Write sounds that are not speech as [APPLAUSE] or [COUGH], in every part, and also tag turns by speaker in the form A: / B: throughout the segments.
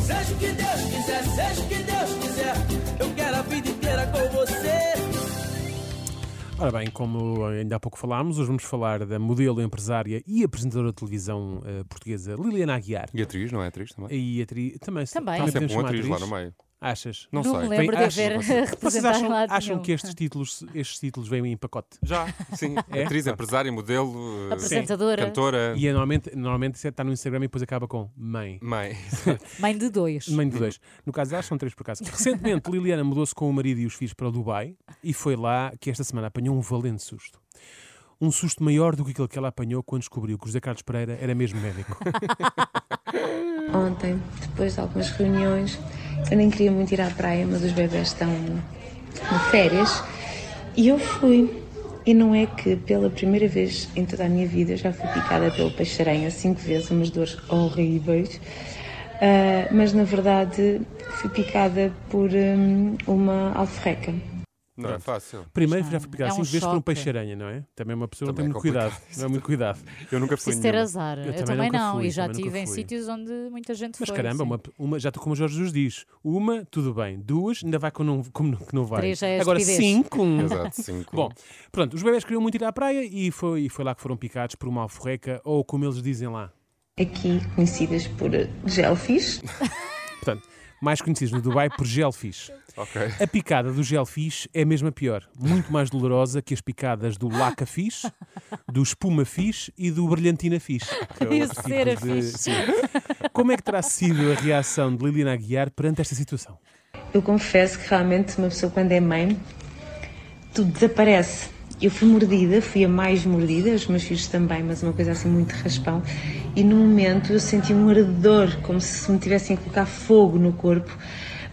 A: Seja o que Deus quiser, seja o que Deus quiser, eu quero a vida inteira com você.
B: Ora bem, como ainda há pouco falámos, hoje vamos falar da modelo, empresária e apresentadora de televisão eh, portuguesa Liliana Aguiar.
C: E atriz, não é atriz também?
B: E atri... também, se-
D: Também.
C: Há
D: Também
C: sempre
B: podemos
C: um
B: chamar
C: atriz lá no meio.
B: Achas?
C: Não,
D: Não
C: sei.
D: me lembro de
B: Achas?
D: haver [LAUGHS]
B: Vocês
D: representado
B: acham,
D: em lado
B: acham
D: nenhum.
B: que estes títulos, estes títulos vêm em pacote?
C: Já, sim.
B: [LAUGHS] É?
C: Atriz, empresária, modelo, eh,
D: Apresentadora.
C: cantora,
B: E é normalmente, normalmente isso está no Instagram e depois acaba com mãe. [LAUGHS]
C: mãe.
D: Mãe de dois.
B: Mãe de dois. No caso delas, são três por acaso. Recentemente, Liliana mudou-se com o marido e os filhos para o Dubai e foi lá que esta semana apanhou um valente susto. Um susto maior do que aquele que ela apanhou quando descobriu que o José Carlos Pereira era mesmo médico.
E: Ontem, depois de algumas reuniões, eu nem queria muito ir à praia, mas os bebés estão de férias. E eu fui. E não é que pela primeira vez em toda a minha vida eu já fui picada pelo peixe-aranha cinco vezes, umas dores horríveis. Ah, mas na verdade fui picada por hum, uma alforreca.
C: Não é fácil.
B: Primeiro já fui picado
D: É um
B: cinco vezes por um
D: choque.
B: peixe-aranha, não é? Também uma pessoa
C: Também é
B: não tem muito cuidado.
C: complicado.
B: Não é muito
D: [LAUGHS]
B: cuidado.
C: Eu nunca fui
D: Preciso ter
C: nenhuma.
D: azar.
B: Eu
D: Eu,
B: também
D: também
B: nunca
D: não.
B: fui,
D: e já
B: também nunca
D: estive em
B: fui.
D: sítios onde muita gente
B: Mas
D: foi.
B: caramba,
D: sim. [LAUGHS]
B: uma, uma- já estou como o Jorge nos diz. Uma, tudo bem. Duas, ainda vai com não, como não- que não vai.
D: Três já é
B: Agora
D: estupidez.
B: cinco. um.
C: Exato, cinco.
B: Bom, pronto, os bebés queriam muito ir à praia e foi, e foi lá que foram picados por uma alforreca, ou como eles dizem lá.
E: Aqui conhecidas por eh, gelfish.
B: Portanto, mais conhecidos no Dubai por gelfish.
C: Ok.
B: A picada do gelfish é mesmo a pior, muito mais dolorosa que as picadas do laca fish, do espuma fish e do brilhantina fish. que
D: [LAUGHS]
B: é outro
D: Isso era
B: tipo de-
D: fixe.
B: Sim. Como é que terá sido a reação de Liliana Aguiar perante esta situação?
E: Eu confesso que realmente uma pessoa quando é mãe, tudo desaparece. Eu fui mordida, fui a mais mordida, os meus filhos também, mas uma coisa assim muito raspão. E no momento eu senti um ardor, como se me tivessem a colocar fogo no corpo.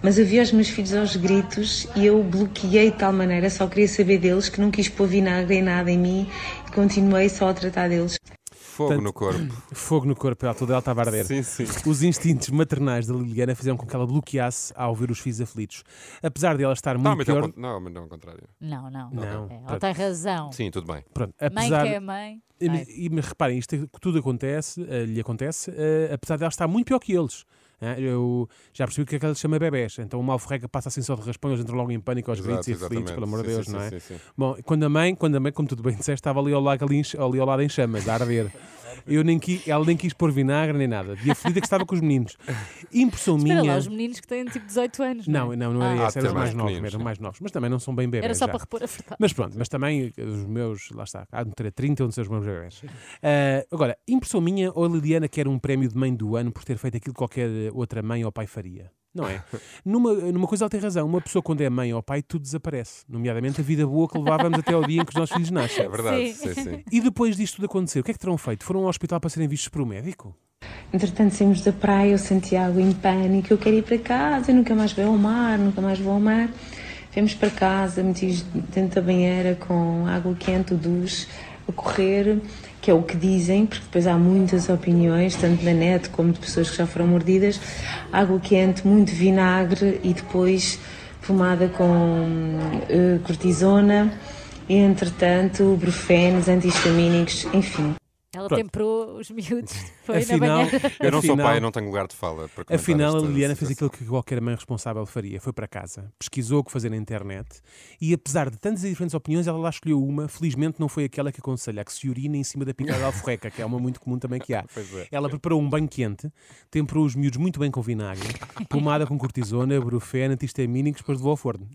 E: Mas eu vi os meus filhos aos gritos e eu bloqueei de tal maneira, só queria saber deles, que não quis pôr vinagre em nada em mim e continuei só a tratar deles.
C: Fogo no corpo.
B: Fogo no corpo, ela toda ela estava a arder.
C: Sim, sim.
B: Os instintos maternais da Liliana fizeram com que ela bloqueasse ao ver os filhos aflitos. Apesar de ela estar muito
C: Não, mas é ao
B: pior...
C: con- não, mas não ao contrário.
D: Não, não.
B: Não,
D: É, ela
B: portanto-
D: tem razão.
C: Sim, tudo bem.
B: Pronto,
D: Mãe
B: apesar...
D: que é mãe.
B: E,
D: Ai,
B: e mas reparem, isto é- tudo acontece, eh, lhe acontece, eh, apesar de ela estar muito pior que eles. Ah, Eu já percebi é que aquela se chama bebés, então uma alforreca passa assim só de raspão, eles entram logo em pânico aos gritos
C: Exato,
B: e aflitos,
C: exatamente.
B: pelo amor de
C: Sim,
B: Deus,
C: sim,
B: não é?
C: sim, sim, sim.
B: Bom, quando a mãe, quando a mãe, como tudo bem disseste, estava ali ao lado, ali, em- ali ao lado em chamas, a arder. Eu nem qui- ela nem quis pôr vinagre nem nada, de aflida que estava com os meninos. Impressão
D: Espera lá,
B: minha.
D: os meninos que têm tipo 18 anos.
B: Não,
D: é?
B: não, não era
C: Ah,
B: esse, eram os
C: também.
B: mais novos,
C: Pequeninos,
B: eram
C: sim.
B: mais novos, mas também não são bem bebés.
D: Era só
B: já.
D: para repor a verdade.
B: Mas pronto, mas também eh, os meus, lá está, há um de ter 30 onde são os meus bebés. Ah, agora, impressão minha ou a Liliana quer um prémio de mãe do ano por ter feito aquilo que qualquer eh, outra mãe ou pai faria? Não
C: [LAUGHS]
B: é? Numa, numa coisa ela tem razão, uma pessoa quando é mãe ou pai, tudo desaparece, nomeadamente a vida boa que levávamos até ao dia em que os nossos filhos nascem.
C: É verdade.
D: Sim.
C: Sim,
D: [LAUGHS]
C: sim.
B: E depois disto tudo acontecer, o que é que terão feito? Foram ao hospital para serem vistos por um médico?
E: Entretanto, saímos da praia, eu senti algo em pânico, eu quero ir para casa, eu nunca mais vou ao mar, nunca mais vou ao mar. Viemos para casa, meti dentro da banheira com água quente, o duche, a correr, que é o que dizem, porque depois há muitas opiniões, tanto da net como de pessoas que já foram mordidas. Água quente, muito vinagre e depois pomada com eh, cortisona, e entretanto, brufenos, antihistamínicos, enfim.
D: Ela
B: Pronto.
D: temperou
B: [LAUGHS]
D: os miúdos. Foi na
B: afinal,
D: banheira.
B: [LAUGHS]
C: Eu não sou
B: afinal-
C: pai, eu não tenho lugar de fala. para comentar
B: Afinal, a
C: esta
B: Liliana fez
C: situação.
B: aquilo que qualquer mãe responsável faria. Foi para casa, pesquisou o que fazer na internet e, apesar de tantas e diferentes opiniões, ela lá escolheu uma. Felizmente, não foi aquela que aconselha, a que se urina em cima da picada da alforreca, que é uma muito comum também que há.
C: [LAUGHS] Pois é.
B: Ela preparou um banho quente, temperou os miúdos muito bem com vinagre, pomada com cortisona, brufeno, antihistamínicos, depois levou ao
C: [LAUGHS]
B: forno.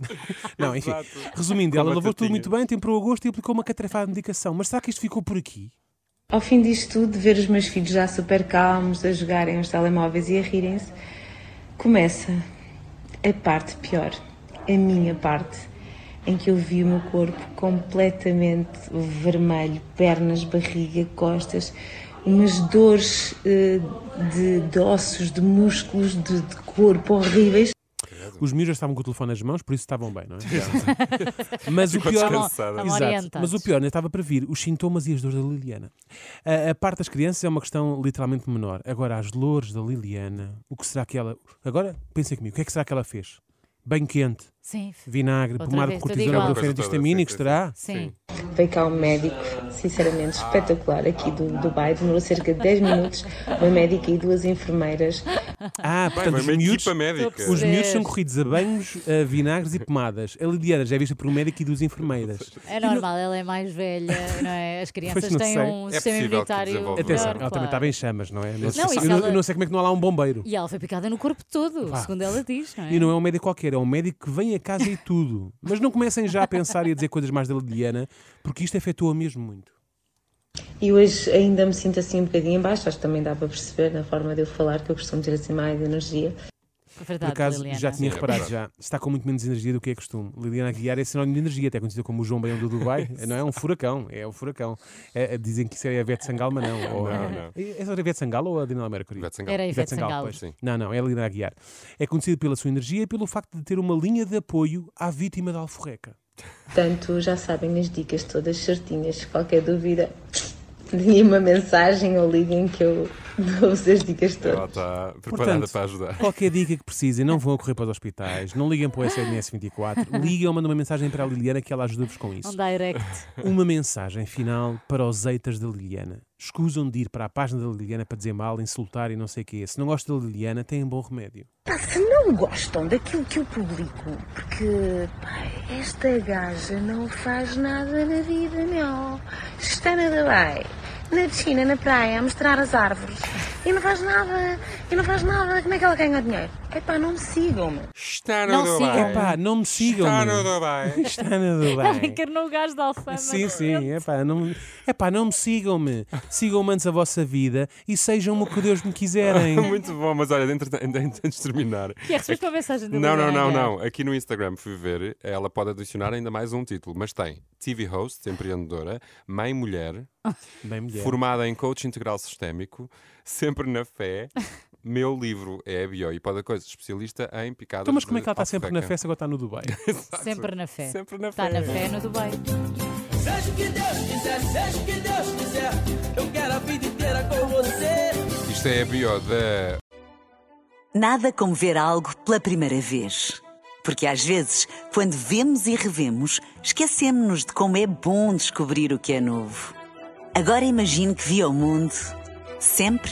B: Não, enfim. Resumindo,
C: Com
B: ela lavou tudo
C: batatinhas.
B: muito bem, temperou a gosto e aplicou uma catrefada de medicação. Mas será que isto ficou por aqui?
E: Ao fim disto tudo, ver os meus filhos já super calmos, a jogarem aos telemóveis e a rirem-se, começa a parte pior, a minha parte, em que eu vi o meu corpo completamente vermelho, pernas, barriga, costas, umas dores eh, de, de ossos, de músculos, de, de corpo horríveis.
C: certeza.
B: Os miúdos já estavam com o telefone nas mãos, por isso estavam bem,
C: [LAUGHS]
B: não é? Mas o
C: Ficou
B: pior.
C: descansado.
D: Estavam
C: Exato.
D: orientados.
B: Mas o pior ainda estava para vir, os sintomas e as dores da Liliana. A, a parte das crianças é uma questão literalmente menor. Agora, as dores da Liliana, o que será que ela. Agora, pensem comigo, o que é que será que ela fez? Bem quente,
D: Sim, f-
B: vinagre,
D: Outra
B: pomada
D: vez,
B: de
D: tudo
B: cortisona,
D: igual.
B: brofeno de
C: Sim,
B: histamina, que
C: sim,
B: estará.
D: sim.
E: Veio cá um médico, sinceramente espetacular, aqui do Dubai, demorou cerca de 10 minutos, uma médica e duas enfermeiras.
B: Ah,
C: Bem,
B: portanto,
C: mas é
B: os
C: uma
B: miúdos.
C: equipa médica.
D: Estou a
B: Os
D: perceber.
B: miúdos são corridos a banhos, a vinagres e pomadas. A Liliana já é vista por um médico e duas enfermeiras.
D: É normal, ela é mais velha, não é?
B: [LAUGHS]
D: As crianças
B: não
D: têm
B: sei.
D: um
C: É
D: sistema
C: possível que
D: imunitário.
C: desenvolva.
D: melhor,
B: Atenção, ela
D: claro.
B: também está bem em chamas, não é? Não, sei-
D: Não, isso
B: eu, não-
D: ela-
B: eu não sei como é que não há lá um bombeiro.
D: E ela foi picada no corpo todo,
B: Pá.
D: segundo ela diz, não é?
B: E não é um médico qualquer, é um médico que vem a casa
D: [LAUGHS]
B: e tudo. Mas não comecem já a pensar e a dizer coisas mais da Liliana, porque isto afetou-a mesmo muito.
E: E hoje ainda me sinto assim um bocadinho em baixo, acho que também dá para perceber na forma de eu falar que eu costumo ter assim mais energia.
D: É Verdade,
B: Por acaso,
D: Liliana.
B: já tinha
C: Sim, é
B: reparado,
C: verdade.
B: já está com muito menos energia do que é costume. Liliana Aguiar é sinónimo de energia, até conhecida como o João Baião do
D: [LAUGHS]
B: Dubai. não é um furacão, é um furacão. É- é- dizem que isso é a Ivete Sangal, mas não. Ou,
C: Não, não.
B: É a Ivete Sangal ou a Daniela Mercury?
C: Ivete Sangalo.
D: Era a Ivete Sangalo.
B: pois.
C: Sim.
B: Não, não, é a Liliana Aguiar. É conhecida pela sua energia e pelo facto de ter uma linha de apoio à vítima da alforreca.
E: Portanto, já sabem as dicas todas certinhas, qualquer dúvida, [LAUGHS] deem uma mensagem ou liguem que eu [LAUGHS] dou-vos as dicas todas.
C: Ela está preparada
B: Portanto,
C: para
B: [LAUGHS]
C: ajudar.
B: Qualquer dica que precisem, não vão a correr para os hospitais, não liguem para o SNS
C: [LAUGHS]
B: 24, liguem ou mandem uma mensagem para a Liliana que ela ajuda-vos com
D: Um
B: isso.
D: [LAUGHS] direct.
B: Uma mensagem final para os haters da Liliana. Escusam de ir para a página da Liliana para dizer mal, insultar e não sei o quê. Se não gostam da Liliana, têm um bom remédio.
F: Pá, se não gostam daquilo que eu publico, porque pá, esta gaja não faz nada na vida, meu. Está na Dubai, na piscina, na praia, a mostrar as árvores. E não faz nada, e não faz nada. Como é que ela ganha o dinheiro? Epá, não me sigam, meu.
C: Está no
D: Não sigam.
C: Dubai.
B: Epá, não me sigam.
C: É. Está
B: meu.
C: no Dubai.
B: [LAUGHS] Está no Dubai.
D: Encarnou o gajo da alfama. é?
B: Sim, sim, epá, não, epá, não me sigam-me. Sigam-me antes a vossa vida e sejam-me o que Deus me quiserem.
C: [LAUGHS] Muito bom, mas olha, entretanto- antes de terminar.
D: E é, recebeste uma mensagem da
C: Não, não,
D: Liliana
C: não,
D: Aguiar.
C: não. Aqui no Instagram fui ver, ela pode adicionar ainda mais um título, mas tem TV host, empreendedora, mãe mulher,
B: Bem, mulher.
C: formada em coach integral sistémico, sempre na
B: [LAUGHS]
C: fé. Meu livro é a bio e pode a coisa, especialista em picadas.
B: Então, mas como é
C: de
B: que ela está sempre na Tá
C: alforreca.
B: festa, agora está no
C: [LAUGHS]
B: Dubai?
D: Sempre na fé.
C: Sempre na
D: Está
C: fé.
D: na fé no Dubai.
A: Seja o que Deus quiser, seja o que Deus quiser, eu quero a vida inteira com você.
C: Isto é a bio da
G: Nada como ver algo pela primeira vez. Porque às vezes, quando vemos e revemos, esquecemos-nos de como é bom descobrir o que é novo. Agora imagine que viu o mundo sempre